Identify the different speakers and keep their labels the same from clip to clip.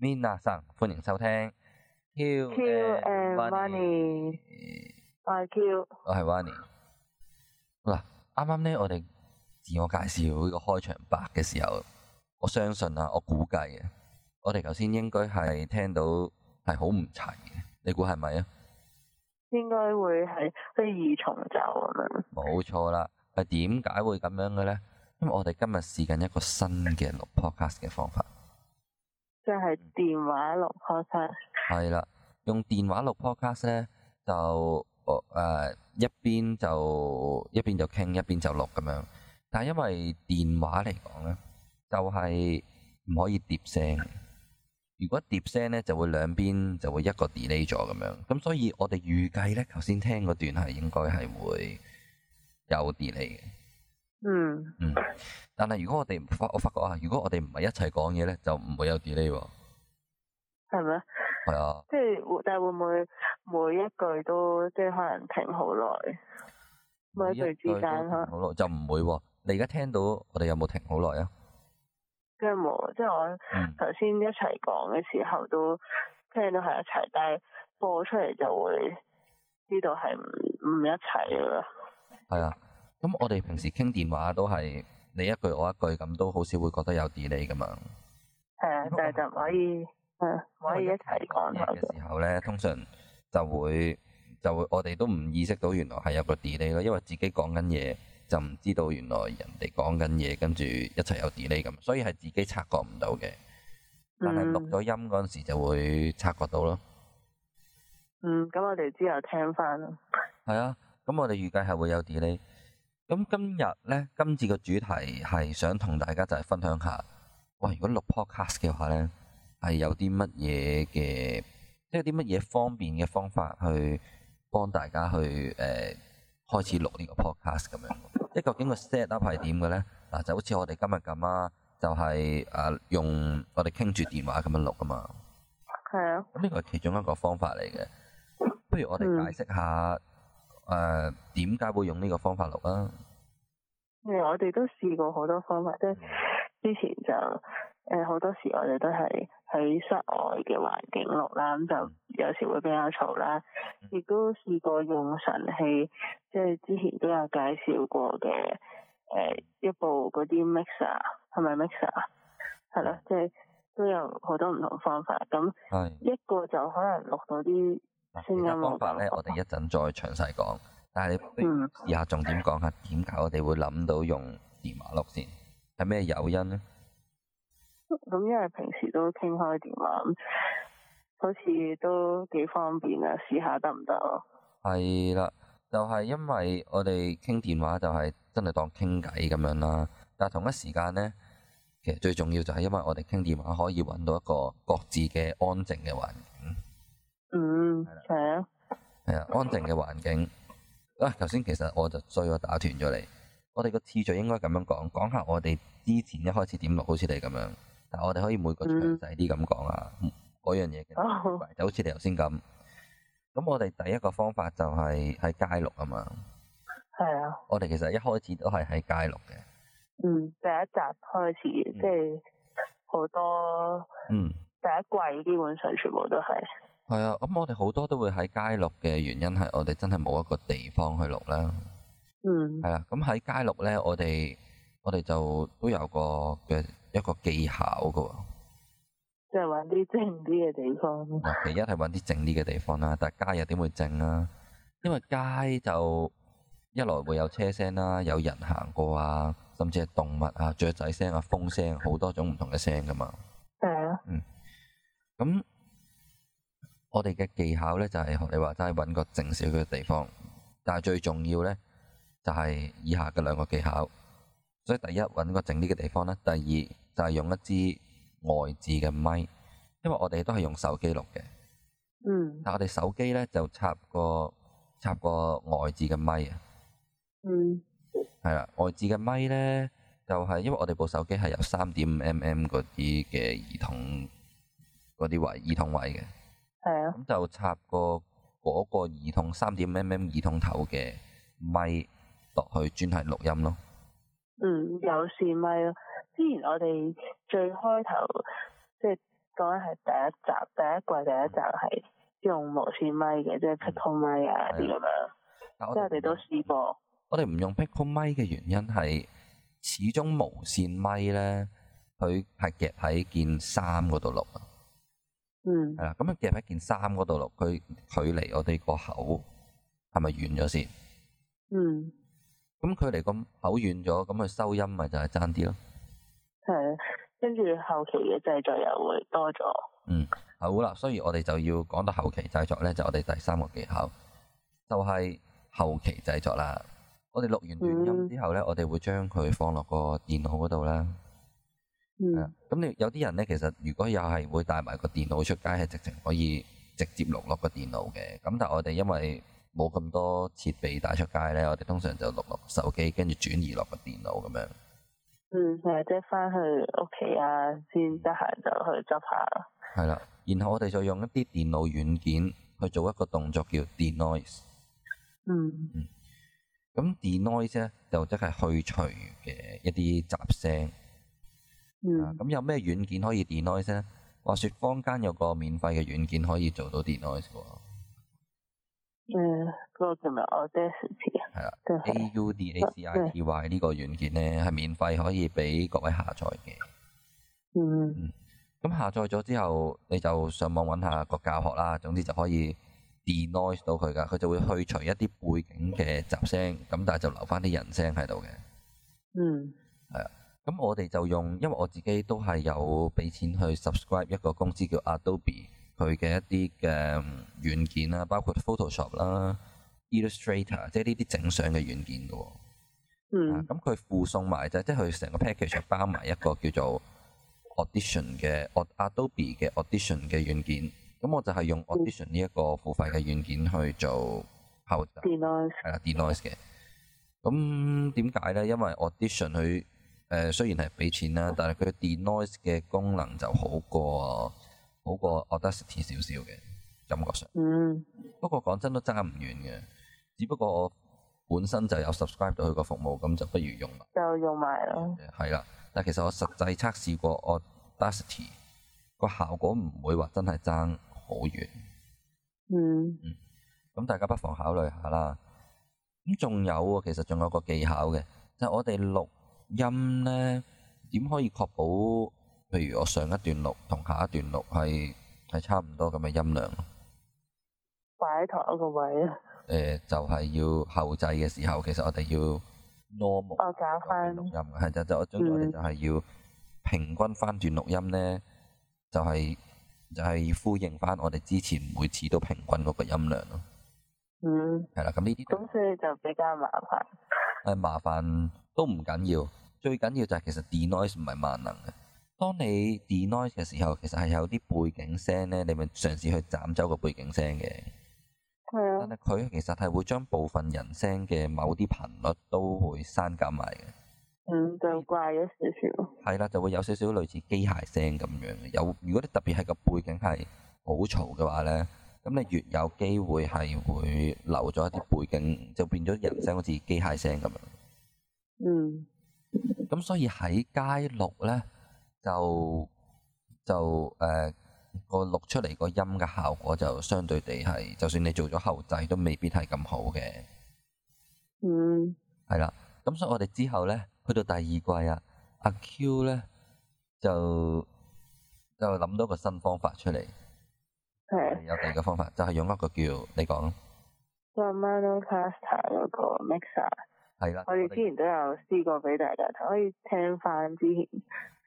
Speaker 1: Mina 神，歡迎收聽 Q
Speaker 2: Q and
Speaker 1: Money，
Speaker 2: Money，我係 Q，
Speaker 1: 我係 Wanny。嗱，啱啱咧，我哋自我介紹呢個開場白嘅時候，我相信啊，我估計嘅，我哋頭先應該係聽到係好唔齊嘅，你估係咪啊？
Speaker 2: 應該會係啲二重奏咁樣。
Speaker 1: 冇錯啦，係點解會咁樣嘅咧？因為我哋今日試緊一個新嘅錄 podcast 嘅方法，
Speaker 2: 即係電話錄 podcast，
Speaker 1: 係啦，用電話錄 podcast 咧就我誒、呃一邊就一邊就傾，一邊就錄咁樣。但係因為電話嚟講咧，就係、唔可以疊聲嘅。如果疊聲咧，就會兩邊就會一個 delay 咗咁樣。咁所以我哋預計咧，頭先聽嗰段係應該係會有 delay 嘅。
Speaker 2: 嗯，
Speaker 1: 嗯，但係如果我哋唔發，我發覺啊，如果我哋唔係一齊講嘢咧，就唔會有 delay 喎。
Speaker 2: 係咪？
Speaker 1: 係啊，
Speaker 2: 即係會但係會唔會每一句都即係可能停好耐？每一句啊之間
Speaker 1: 都停好耐就唔會喎。你而家聽到我哋有冇停好耐啊？
Speaker 2: 跟住冇，即係我
Speaker 1: 嗯，
Speaker 2: 頭先一齊講嘅時候都聽到係一齊，但係播出嚟就會知道係唔唔一齊噶啦。
Speaker 1: 係啊。咁我哋平時傾電話都係你一句我一句咁，都好少會覺得有 delay 咁樣。
Speaker 2: 係啊，但係就唔可以，嗯，唔可以一齊講
Speaker 1: 嘢
Speaker 2: 頭先。
Speaker 1: 嘅時候咧，通常就會就會我哋都唔意識到原來係有個 delay 咯，因為自己講緊嘢就唔知道原來人哋講緊嘢，跟住一齊有 delay 咁，所以係自己察覺唔到嘅。但係錄
Speaker 2: 嗯
Speaker 1: 咗音嗰陣時就會察覺到咯。
Speaker 2: 嗯，咁我哋之後聽翻咯。
Speaker 1: 係啊，咁我哋預計係會有 delay。咁今日呢，今次個主題係想同大家就係分享下，哇！如果錄 podcast 嘅話呢，係有啲乜嘢嘅，即係啲乜嘢方便嘅方法去幫大家去誒、呃、開始錄呢個 podcast 咁樣。即係究竟個 set up 係點嘅呢？嗱，就好似我哋今日咁啊，就係、啊用我哋傾住電話咁樣錄啊嘛。
Speaker 2: 係啊，
Speaker 1: 咁呢個係其中一個方法嚟嘅。不如我哋解釋下誒點解會用呢個方法錄啊？
Speaker 2: 誒我哋都試過好多方法，即係之前就誒好、多時我哋都係喺室外嘅環境錄啦，咁就有時會比較嘈啦。亦都試過用神器，即係之前都有介紹過嘅誒、一部嗰啲 mixer，係咪 mixer？係啊咯，即係都有好多唔同方法。咁
Speaker 1: 係
Speaker 2: 一個就可能錄到啲
Speaker 1: 嗱
Speaker 2: 聲
Speaker 1: 其
Speaker 2: 音
Speaker 1: 他方
Speaker 2: 冇
Speaker 1: 法咧，
Speaker 2: 咁
Speaker 1: 我哋一陣再詳細講。但係你不如
Speaker 2: 嗯。
Speaker 1: 試下重點講下點解我哋會諗到用電話錄先，係咩誘因呢？
Speaker 2: 咁因為平時都傾開電話，咁好似都幾方便啊！試下得唔得啊？
Speaker 1: 係啦，就係、因為我哋傾電話就係真係當傾偈咁樣啦。但係同一時間呢，其實最重要就係因為我哋傾電話可以揾到一個各自嘅安靜嘅環境。
Speaker 2: 嗯，係啊，
Speaker 1: 係啊，安靜嘅環境。啊，頭先其實我就衰我打斷咗你。我哋個次序應該咁樣講，講下我哋之前一開始點錄，好似你咁樣。但我哋可以每個詳
Speaker 2: 嗯
Speaker 1: 細啲咁講啊，嗰樣嘢嘅
Speaker 2: 哦，
Speaker 1: 就好似你頭先咁。咁我哋第一個方法就係喺街錄啊嘛。
Speaker 2: 係啊，
Speaker 1: 我哋其實一開始都係喺街錄嘅。
Speaker 2: 嗯，第一集開始，即係好多
Speaker 1: 嗯，
Speaker 2: 第一季基本上全部都係，
Speaker 1: 係啊。咁我哋好多都會喺街錄嘅原因係我哋真係冇一個地方去錄啦。
Speaker 2: 嗯
Speaker 1: 係啦，咁喺街錄咧，我哋我哋就都有個嘅一個技巧噶喎。
Speaker 2: 即係揾啲靜啲嘅地方，
Speaker 1: 嗱，其一係揾啲靜啲嘅地方啦，但係街又點會靜啊？因為街就一來會有車聲啦，有人行過啊，甚至係動物啊、雀仔聲啊、風聲，好多種唔同嘅聲噶嘛。
Speaker 2: 係啊，
Speaker 1: 咁我哋嘅技巧咧就係、學你話齋揾個靜少少嘅地方，但係最重要咧就係、以下嘅兩個技巧。所以第一揾個靜啲嘅地方啦，第二就係用一支外置嘅咪，因為我哋都係用手機錄嘅，
Speaker 2: 嗯
Speaker 1: 但我哋手機咧就插個插個外置嘅咪啊，
Speaker 2: 嗯
Speaker 1: 係啦，外置嘅咪咧就係、因為我哋部手機係有三點五 mm 嗰啲嘅耳筒嗰啲位耳筒位嘅。
Speaker 2: 係啊，
Speaker 1: 咁就插個嗰個耳筒三點 mm 耳筒頭嘅咪落去，專係錄音咯。
Speaker 2: 啊嗯有線咪咯。之前我哋最開頭即係講緊係第一集，第一季第一集係用無線咪嘅，即係 pickle 咪啊啲咁樣，
Speaker 1: 嗯但
Speaker 2: 即係我哋都試過。
Speaker 1: 我哋唔用 Pico 咪嘅原因係，始終無線咪咧，佢係夾喺件衫嗰度錄啊，
Speaker 2: 嗯
Speaker 1: 係啦，咁啊夾喺件衫嗰度錄，佢距離我哋個口係咪遠咗先？
Speaker 2: 嗯，
Speaker 1: 咁距離個口遠咗，咁佢收音咪就係爭啲咯。
Speaker 2: 係。啊跟住後期嘅製作又會多咗。
Speaker 1: 好啦，所以我哋就要講到後期製作咧，就我哋第三個技巧，就係、後期製作啦。我哋錄完段音
Speaker 2: 嗯
Speaker 1: 之後咧，我哋會將佢放落個電腦嗰度啦。係啊
Speaker 2: 嗯
Speaker 1: 咁你有啲人咧，其實如果又係會帶埋個電腦出街，係直情可以直接錄落個電腦嘅。咁但係我哋因為冇咁多設備帶出街咧，我哋通常就錄落手機，跟住轉移落個電腦咁樣。
Speaker 2: 嗯，係即係翻去屋企啊，先得閒就去執下。
Speaker 1: 係啦，然後我哋就用一啲電腦軟件去做一個動作叫 denoise。
Speaker 2: 嗯
Speaker 1: 咁 denoise 咧就即係去除嘅一啲雜聲。啊
Speaker 2: 嗯
Speaker 1: 咁、有咩軟件可以 denoise 咧？話説坊間有個免費嘅軟件可以做到 denoise 喎，
Speaker 2: 誒，嗰個叫咩 Audacity 啊，
Speaker 1: 係啦。
Speaker 2: 定係
Speaker 1: A U D A C I T Y 呢個軟件呢，係免費可以俾各位下載嘅。
Speaker 2: 嗯
Speaker 1: 咁下載咗之後，你就上網揾下個教學啦。總之就可以 denoise 到佢噶，佢就會去除一啲背景嘅雜聲，咁但係就留翻啲人聲喺度嘅。
Speaker 2: 嗯
Speaker 1: 咁我哋就用，因為我自己都係有俾錢去 subscribe 一個公司叫 Adobe 佢嘅一啲嘅軟件啦，包括 Photoshop 啦、Illustrator，即係呢啲整相嘅軟件嘅喎。啊
Speaker 2: 嗯
Speaker 1: 咁佢附送埋就即係佢成個 package 就包埋一個叫做 Audition 嘅 Aud- Adobe 嘅 Audition 嘅軟件。咁我就係用 Audition 呢一個付費嘅軟件去做後製。
Speaker 2: ，denoise，
Speaker 1: 係啦 denoise 嘅。咁點解咧？因為 audition 佢誒、呃、雖然係俾錢啦，但係佢 denoise 嘅功能就好過好過 audacity 少少嘅感覺上。
Speaker 2: 嗯
Speaker 1: 不過講真都爭唔遠嘅，只不過我本身就有 subscribe 到佢個服務，咁就不如用埋
Speaker 2: 就用埋咯。
Speaker 1: 嘅係啦。但係其實我實際測試過 audacity 個效果唔會話真係爭好遠。
Speaker 2: 嗯
Speaker 1: 咁大家不妨考慮下啦。咁仲有喎，其實仲有個技巧嘅，就係、我哋錄音呢，點可以確保，譬如我上一段錄同下一段錄係係差唔多咁嘅音量？誒、
Speaker 2: 擺喺同一個位啊，
Speaker 1: 就係、要後製嘅時候，其實我哋要 normal
Speaker 2: 我搞翻
Speaker 1: 嗰段錄。音，係就就總之我哋
Speaker 2: 哦嗯
Speaker 1: 就係要平均翻段錄音呢，就係、就係、要呼應翻我哋之前每次都平均嗰個音量咯。
Speaker 2: 嗯，
Speaker 1: 係啦，咁呢啲都
Speaker 2: 咁所以就比較麻煩。
Speaker 1: 誒麻煩都唔緊要，最緊要就係其實 denoise 唔係萬能嘅。當你 denoise 嘅時候，其實係有啲背景聲咧，你咪嘗試去斬走個背景聲嘅。
Speaker 2: 係
Speaker 1: 但
Speaker 2: 啊，
Speaker 1: 係佢其實係會將部分人聲嘅某啲頻率都會刪減埋嘅。
Speaker 2: 嗯，就怪咗少少。
Speaker 1: 係啦，就會有少少類似機械聲咁樣嘅。有如果你特別係個背景係好嘈嘅話咧，咁你越有機會係會留咗一啲背景，就變咗人聲好似機械聲咁樣。
Speaker 2: 嗯
Speaker 1: 咁所以喺街錄咧，就就誒個、錄出嚟個音嘅效果就相對地係，就算你做咗後製都未必係咁好嘅，
Speaker 2: 嗯
Speaker 1: 係啦。咁所以我哋之後咧，去到第二季啊，阿 Q 咧就就諗到個新方法出嚟，
Speaker 2: 係
Speaker 1: 有第二個方法就係、用一個叫你講啦
Speaker 2: 個 Monocaster 嗰個 mixer，
Speaker 1: 係啦，
Speaker 2: 我哋之前都有試過俾大家睇，可以聽翻之前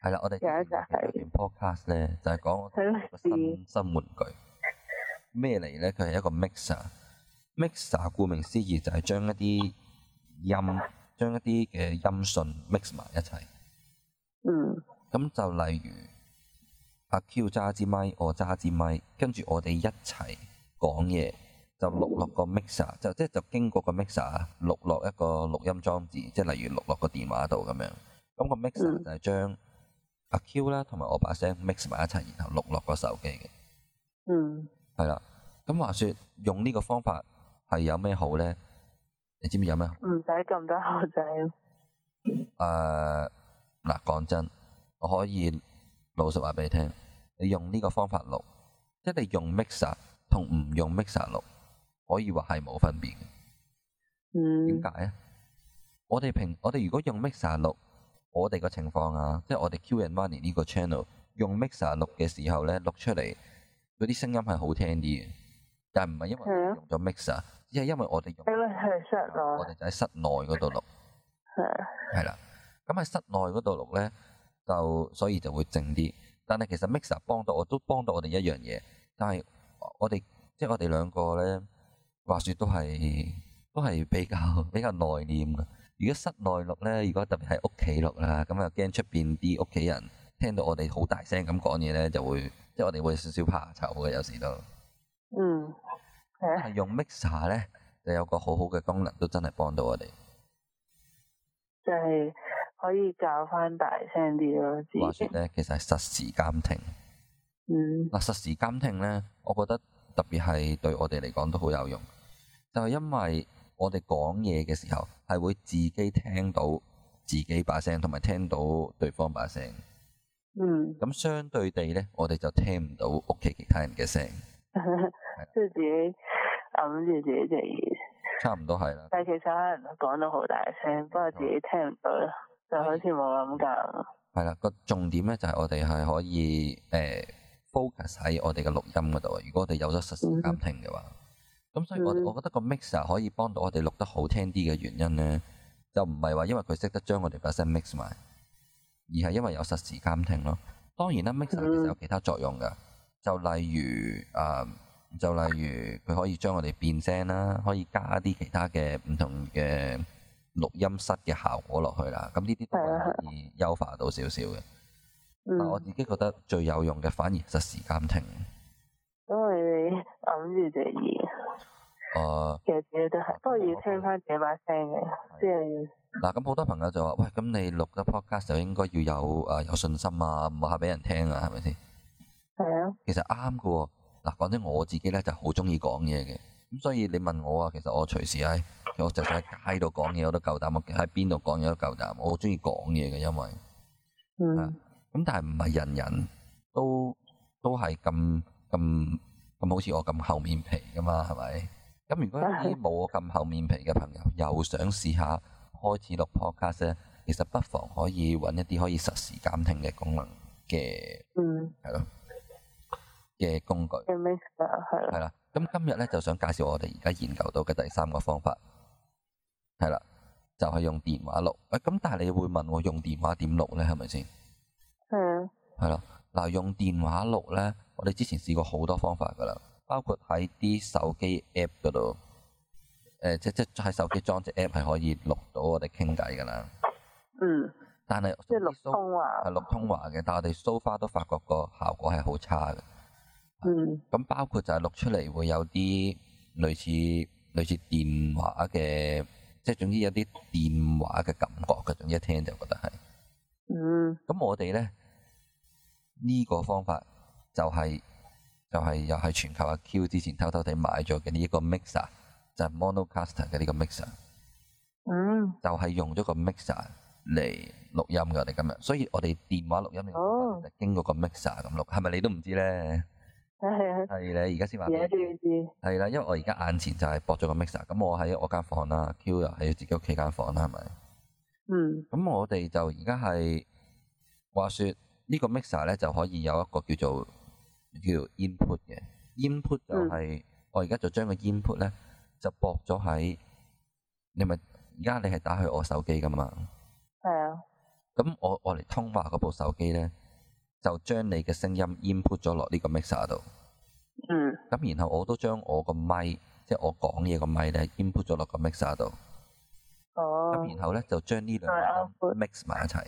Speaker 1: 係啦，我哋之前
Speaker 2: 有一集係
Speaker 1: 有段 podcast 咧，就係講我
Speaker 2: 係咯
Speaker 1: 一個新新玩具咩嚟咧？佢係一個 mixer。mixer 顧名思義就係將一啲音，將一啲嘅音訊 mix 埋一齊。
Speaker 2: 嗯
Speaker 1: 咁就例如阿 Q 揸支咪，我揸支咪，跟住我哋一齊講嘢，就錄落個 mixer，就即係就經過個 mixer 啊錄落一個錄音裝置，即係例如錄落個電話度咁樣。咁個 mixer
Speaker 2: 嗯
Speaker 1: 就係將阿 Q 啦同埋我把聲 mix 埋一齊，然後錄落個手機嘅。
Speaker 2: 嗯
Speaker 1: 係啦，咁話說用呢個方法係有咩好呢？你知唔知有咩好？
Speaker 2: 嗯唔使咁多後製。
Speaker 1: 呃誒嗱，講真，我可以老實話俾你聽，你用呢個方法錄，即係你用 mixer 同唔用 mixer 錄，可以話係冇分別嘅。點
Speaker 2: 嗯，
Speaker 1: 解啊？我哋平我哋如果用 mixer 錄，我哋個情況啊，即係我哋 Q and Money 呢個 channel 用 mixer 錄嘅時候咧，錄出嚟嗰啲聲音係好聽啲嘅，但唔係因為我
Speaker 2: 係
Speaker 1: 哋
Speaker 2: 啊
Speaker 1: 用咗 mixer，只係因為我哋用
Speaker 2: 因為係室
Speaker 1: 我
Speaker 2: 內，
Speaker 1: 哋就喺室內嗰度錄，
Speaker 2: 係啊
Speaker 1: 係啦。咁喺室內嗰度錄咧，就所以就會靜啲。但係其實 mixer 幫到我都幫到我哋一樣嘢，但係我哋即係我哋兩個咧，話説都係都係比 較比較內斂嘅。如果室內錄咧，如果特別係屋企錄啦，咁又驚出邊啲屋企人聽到我哋好大聲咁講嘢咧，就會即係我哋會有少少怕醜嘅，有時都。
Speaker 2: 嗯，係啊，
Speaker 1: 但係用 mixer 咧，就有個好好嘅功能，都真係幫到我哋。
Speaker 2: 就係可以教翻大聲啲咯，自
Speaker 1: 話説
Speaker 2: 己，
Speaker 1: 咧，其實係實時監聽。
Speaker 2: 嗯
Speaker 1: 嗱，實時監聽呢，我覺得特別係對我哋嚟講都好有用，就係、因為我哋講嘢嘅時候係會自己聽到自己把聲，同埋聽到對方把聲。
Speaker 2: 嗯，
Speaker 1: 咁相對地呢，我哋就聽唔到屋企其他人嘅聲，
Speaker 2: 即係自己揞住自己隻耳，
Speaker 1: 差唔多係啦。
Speaker 2: 但係其實可能講到好大聲，不過自己聽唔到咯，就好似冇咁教，
Speaker 1: 係啦，個重點呢就係、我哋係可以誒、focus 喺我哋嘅錄音嗰度啊。如果我哋有咗實時監聽嘅話，咁、所以我
Speaker 2: 嗯
Speaker 1: 我覺得個 mixer 可以幫到我哋錄得好聽啲嘅原因呢，就唔係話因為佢識得將我哋把聲 mix 埋，而係因為有實時監聽咯。當然啦，mixer
Speaker 2: 嗯
Speaker 1: 其實有其他作用㗎，就例如誒、啊就例如佢可以將我哋變聲啦，可以加啲其他嘅唔同嘅錄音室嘅效果落去啦。咁呢啲都
Speaker 2: 係啊係
Speaker 1: 係可以優化到少少嘅。
Speaker 2: 嗯，
Speaker 1: 但我自己覺得最有用嘅反而實時監聽。
Speaker 2: 因為你揞住隻耳，
Speaker 1: 誒、
Speaker 2: 其實自己都係，不過要聽翻自己把聲嘅，即係
Speaker 1: 嗱咁好多朋友就話：喂，咁你錄得 podcast 就應該要有誒、有信心啊，唔好嚇俾人聽啊，係咪先？
Speaker 2: 係啊。
Speaker 1: 其實啱嘅喎。嗱，講真，我自己咧就好中意講嘢嘅，咁所以你問我啊，其實我隨時喺，我就算喺街度講嘢我都夠膽，我喺邊度講嘢都夠膽，我好中意講嘢嘅，因為。
Speaker 2: 嗯，
Speaker 1: 咁但係啊唔係人人都都係咁咁咁好似我咁厚面皮噶嘛，係咪？咁如果有啲冇我咁厚面皮嘅朋友又想試下開始錄 podcast 咧，其實不妨可以揾一啲可以實時監聽嘅功能嘅
Speaker 2: 嗯
Speaker 1: 係咯嘅工具
Speaker 2: 嘅 mix 啊，係
Speaker 1: 係
Speaker 2: 啦，
Speaker 1: 啦。咁今日咧就想介紹我哋而家研究到嘅第三個方法係啦，就係、用電話錄。誒、咁但係你會問我用電話點錄咧？係咪先？
Speaker 2: 係啊，
Speaker 1: 係啦，嗱，用電話錄呢，我哋之前試過好多方法噶啦，包括喺啲手機 app 嗰度，誒即即喺手機裝隻 app 係可以錄到我哋傾偈噶啦。
Speaker 2: 嗯，
Speaker 1: 但係
Speaker 2: 即係錄
Speaker 1: so-
Speaker 2: 通
Speaker 1: 係
Speaker 2: 話，
Speaker 1: 錄通話嘅，但係我哋 so far 都發覺個效果係好差嘅。
Speaker 2: 嗯
Speaker 1: 咁包括就係錄出嚟會有啲類似類似電話嘅，即係總之有啲電話嘅感覺嘅，總之一聽就覺得係。
Speaker 2: 嗯
Speaker 1: 咁我哋咧呢、個方法就係、就係、又係全球阿 Q 之前偷偷地買咗嘅呢一個 mixer，就係 Monocaster 嘅呢個 mixer，
Speaker 2: 嗯，
Speaker 1: 就係用咗個 mixer 嚟錄音嘅。我哋今日，所以我哋電話錄音嘅方
Speaker 2: 哦
Speaker 1: 法就經過個 mixer 咁錄，係咪你都唔知咧？
Speaker 2: 係啊，
Speaker 1: 係你而家先話
Speaker 2: 而
Speaker 1: 俾
Speaker 2: 家
Speaker 1: 你
Speaker 2: 都
Speaker 1: 知。
Speaker 2: 要知，
Speaker 1: 係啦，因為我而家眼前就係駁咗個 mixer，咁我喺我間房啦，Q 又喺自己屋企間房啦，係咪？
Speaker 2: 嗯
Speaker 1: 咁我哋就而家係話說呢個 mixer 咧就可以有一個叫做叫做 input 嘅 input 就係、我而家就將個 input 咧就駁咗喺你咪而家你係打去我手機噶嘛，
Speaker 2: 係啊，
Speaker 1: 咁我我嚟通話嗰部手機咧就將你嘅聲音 input 咗落呢個 mixer 度，
Speaker 2: 嗯
Speaker 1: 咁然後我都將我個咪，即係我講嘢個咪咧 input 咗落個 mixer 度，
Speaker 2: 哦
Speaker 1: 咁，然後咧就將呢兩個音 mix 埋一齊。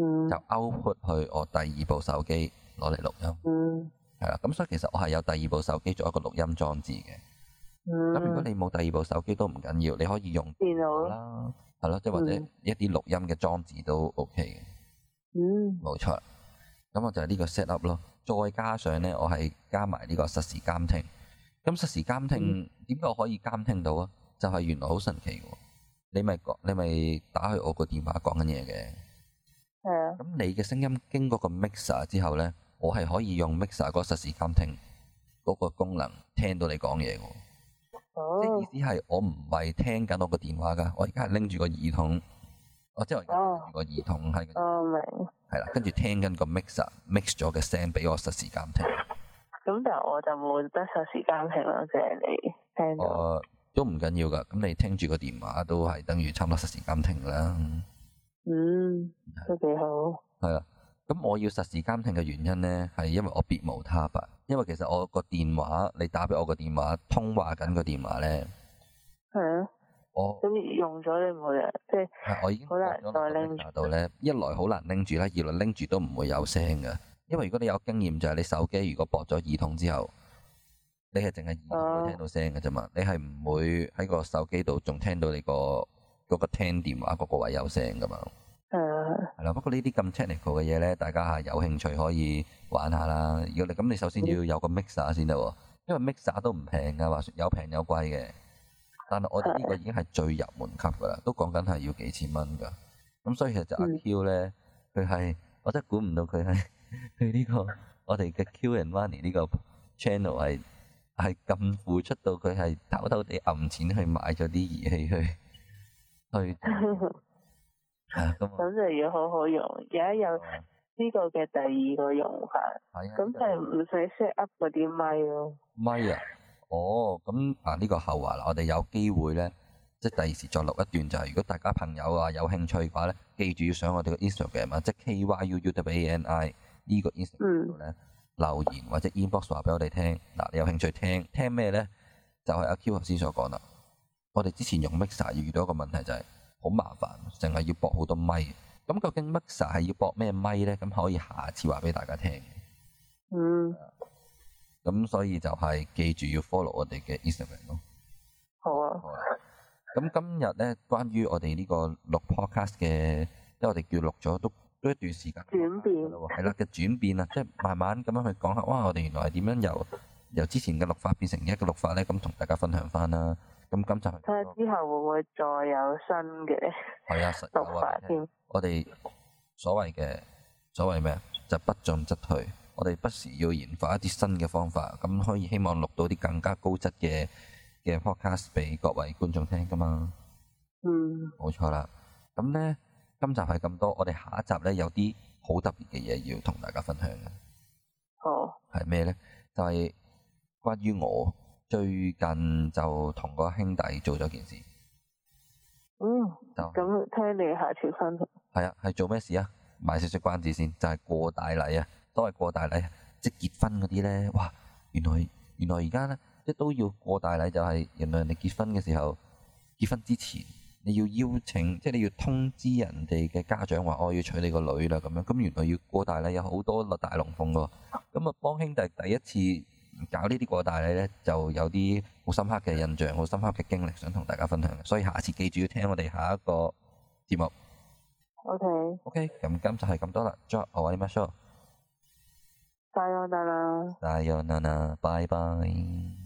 Speaker 2: 嗯
Speaker 1: 就 output 去我第二部手機攞嚟錄音，
Speaker 2: 嗯
Speaker 1: 係啦。咁所以其實我係有第二部手機做一個錄音裝置嘅。咁、如果
Speaker 2: 嗯，
Speaker 1: 你冇第二部手機都唔緊要，你可以用
Speaker 2: 電腦啦，
Speaker 1: 啦，係咯，即係或者
Speaker 2: 嗯
Speaker 1: 一啲錄音嘅裝置都 OK 嘅，
Speaker 2: 嗯
Speaker 1: 冇錯。咁我就係呢個 set up 咯，再加上呢，我係加埋呢個實時監聽。咁實時監
Speaker 2: 嗯
Speaker 1: 聽點解我可以監聽到啊？就係、原來好神奇嘅喎，你咪講，你咪打去我個電話講緊嘢嘅。
Speaker 2: 係啊，
Speaker 1: 咁你嘅聲音經過個 mixer 之後呢，我係可以用 Mixer 嗰實時監聽嗰個功能聽到你講嘢嘅喎。即係
Speaker 2: 哦，
Speaker 1: 意思係我唔係聽緊我個電話㗎，我而家係拎住個耳筒，我即係我而
Speaker 2: 哦
Speaker 1: 家拎住個耳筒喺個
Speaker 2: 我哦明。
Speaker 1: 係啦，跟住聽緊個 mixer mix 咗嘅聲俾我實時監聽。
Speaker 2: 咁但係我就冇得實時監聽啦，即係啊你聽
Speaker 1: 我、
Speaker 2: 到。
Speaker 1: 哦都唔緊要㗎，咁你聽住個電話都係等於差唔多實時監聽㗎啦。
Speaker 2: 嗯，都幾好。
Speaker 1: 係啦，咁我要實時監聽嘅原因呢，係因為我別無他法，因為其實我個電話你打俾我個電話通話緊個電話呢，
Speaker 2: 係啊，
Speaker 1: 我
Speaker 2: 咁用咗你冇嘢，即係
Speaker 1: 係我已經
Speaker 2: 好難
Speaker 1: 放咗
Speaker 2: 再
Speaker 1: 落個
Speaker 2: 拎
Speaker 1: Mixer 度咧，一來好難拎住啦，二來拎住都唔會有聲嘅，因為如果你有經驗就係你手機如果駁咗耳筒之後，你係淨係耳
Speaker 2: 哦
Speaker 1: 筒會聽到聲嘅啫嘛，你係唔會喺個手機度仲聽到你個嗰個聽電話嗰個位有聲噶嘛，
Speaker 2: 誒
Speaker 1: 係啦。不過呢啲咁 technical 嘅嘢咧，大家係有興趣可以玩下啦。如果你咁，你首先要有個 mixer 先得喎，因為 mixer 都唔平噶，話說有平有貴嘅。但係我哋呢個已經係最入門級噶啦，都講緊係要幾千蚊噶。咁所以其實阿
Speaker 2: 嗯
Speaker 1: Q 咧，佢係我真係 估唔到佢係佢呢個我哋嘅 Q and Money 呢個 channel 係係咁付出到佢係偷偷地揞錢去買咗啲儀器去去做啊咁啊
Speaker 2: 咁就要好好用。而家有呢個嘅第二個用法，
Speaker 1: 係啊
Speaker 2: 咁就係唔使 set up 嗰啲咪咯。
Speaker 1: 咪啊！哦，咁啊呢個後話啦，我哋有機會呢，即係第二時再錄一段就係、如果大家朋友啊有興趣嘅話呢，記住要上我哋個 Instagram 啊，即係 K Y U U W A N I 呢個 Instagram
Speaker 2: 嗯
Speaker 1: 度呢，留言或者 inbox 話俾我哋聽。嗱，你有興趣聽聽咩呢？就係、阿 Q 頭先所講啦。我哋之前用 mixer 遇到一個問題就係好麻煩，淨係要駁好多咪。咁究竟 mixer 係要駁咩咪呢？咁可以下次話俾大家聽。
Speaker 2: 嗯，
Speaker 1: 咁所以就係記住要 follow 我哋嘅 Instagram 咯。
Speaker 2: 好啊，
Speaker 1: 好啦咁今日咧，關於我哋呢個錄 podcast 嘅，因為我哋叫錄咗都都一段時間
Speaker 2: 轉變
Speaker 1: 㗎啦喎係啦嘅轉變啊，即係慢慢咁樣去講下，哇！我哋原來係點樣由由之前嘅錄法變成而家嘅錄法咧，咁同大家分享翻啦。咁今集係
Speaker 2: 睇下之後會唔會再有新嘅
Speaker 1: 係啊，實有
Speaker 2: 讀
Speaker 1: 啊
Speaker 2: 法，添。
Speaker 1: 我哋所謂嘅所謂咩啊就不進則退。我哋不時要研發一啲新嘅方法，咁可以希望錄到啲更加高質嘅嘅 podcast 俾各位觀眾聽噶嘛。
Speaker 2: 嗯，
Speaker 1: 冇錯啦。咁呢，今集係咁多，我哋下一集呢，有啲好特別嘅嘢要同大家分享嘅，
Speaker 2: 好，
Speaker 1: 係咩呢？就係、關於我最近就同個兄弟做咗件事，
Speaker 2: 嗯，
Speaker 1: 就
Speaker 2: 咁聽你下次分享。
Speaker 1: 係啊，係做咩事啊？賣少少關子先，就係、過大禮啊。所謂過大禮，即係結婚嗰啲呢。哇！原來原來而家呢，即係都要過大禮，就係原來人哋結婚嘅時候，結婚之前你要邀請，即係你要通知人哋嘅家長話，我要娶你個女啦咁樣。咁原來要過大禮有好多大龍鳳喎。咁啊，幫兄弟第一次搞呢啲過大禮呢，就有啲好深刻嘅印象，好深刻嘅經歷，想同大家分享。所以下次記住要聽我哋下一個節目。
Speaker 2: O K，
Speaker 1: OK，咁今集係咁多啦。再我話你 m a s h
Speaker 2: 拜安得啦。
Speaker 1: 大約啦啦，拜拜。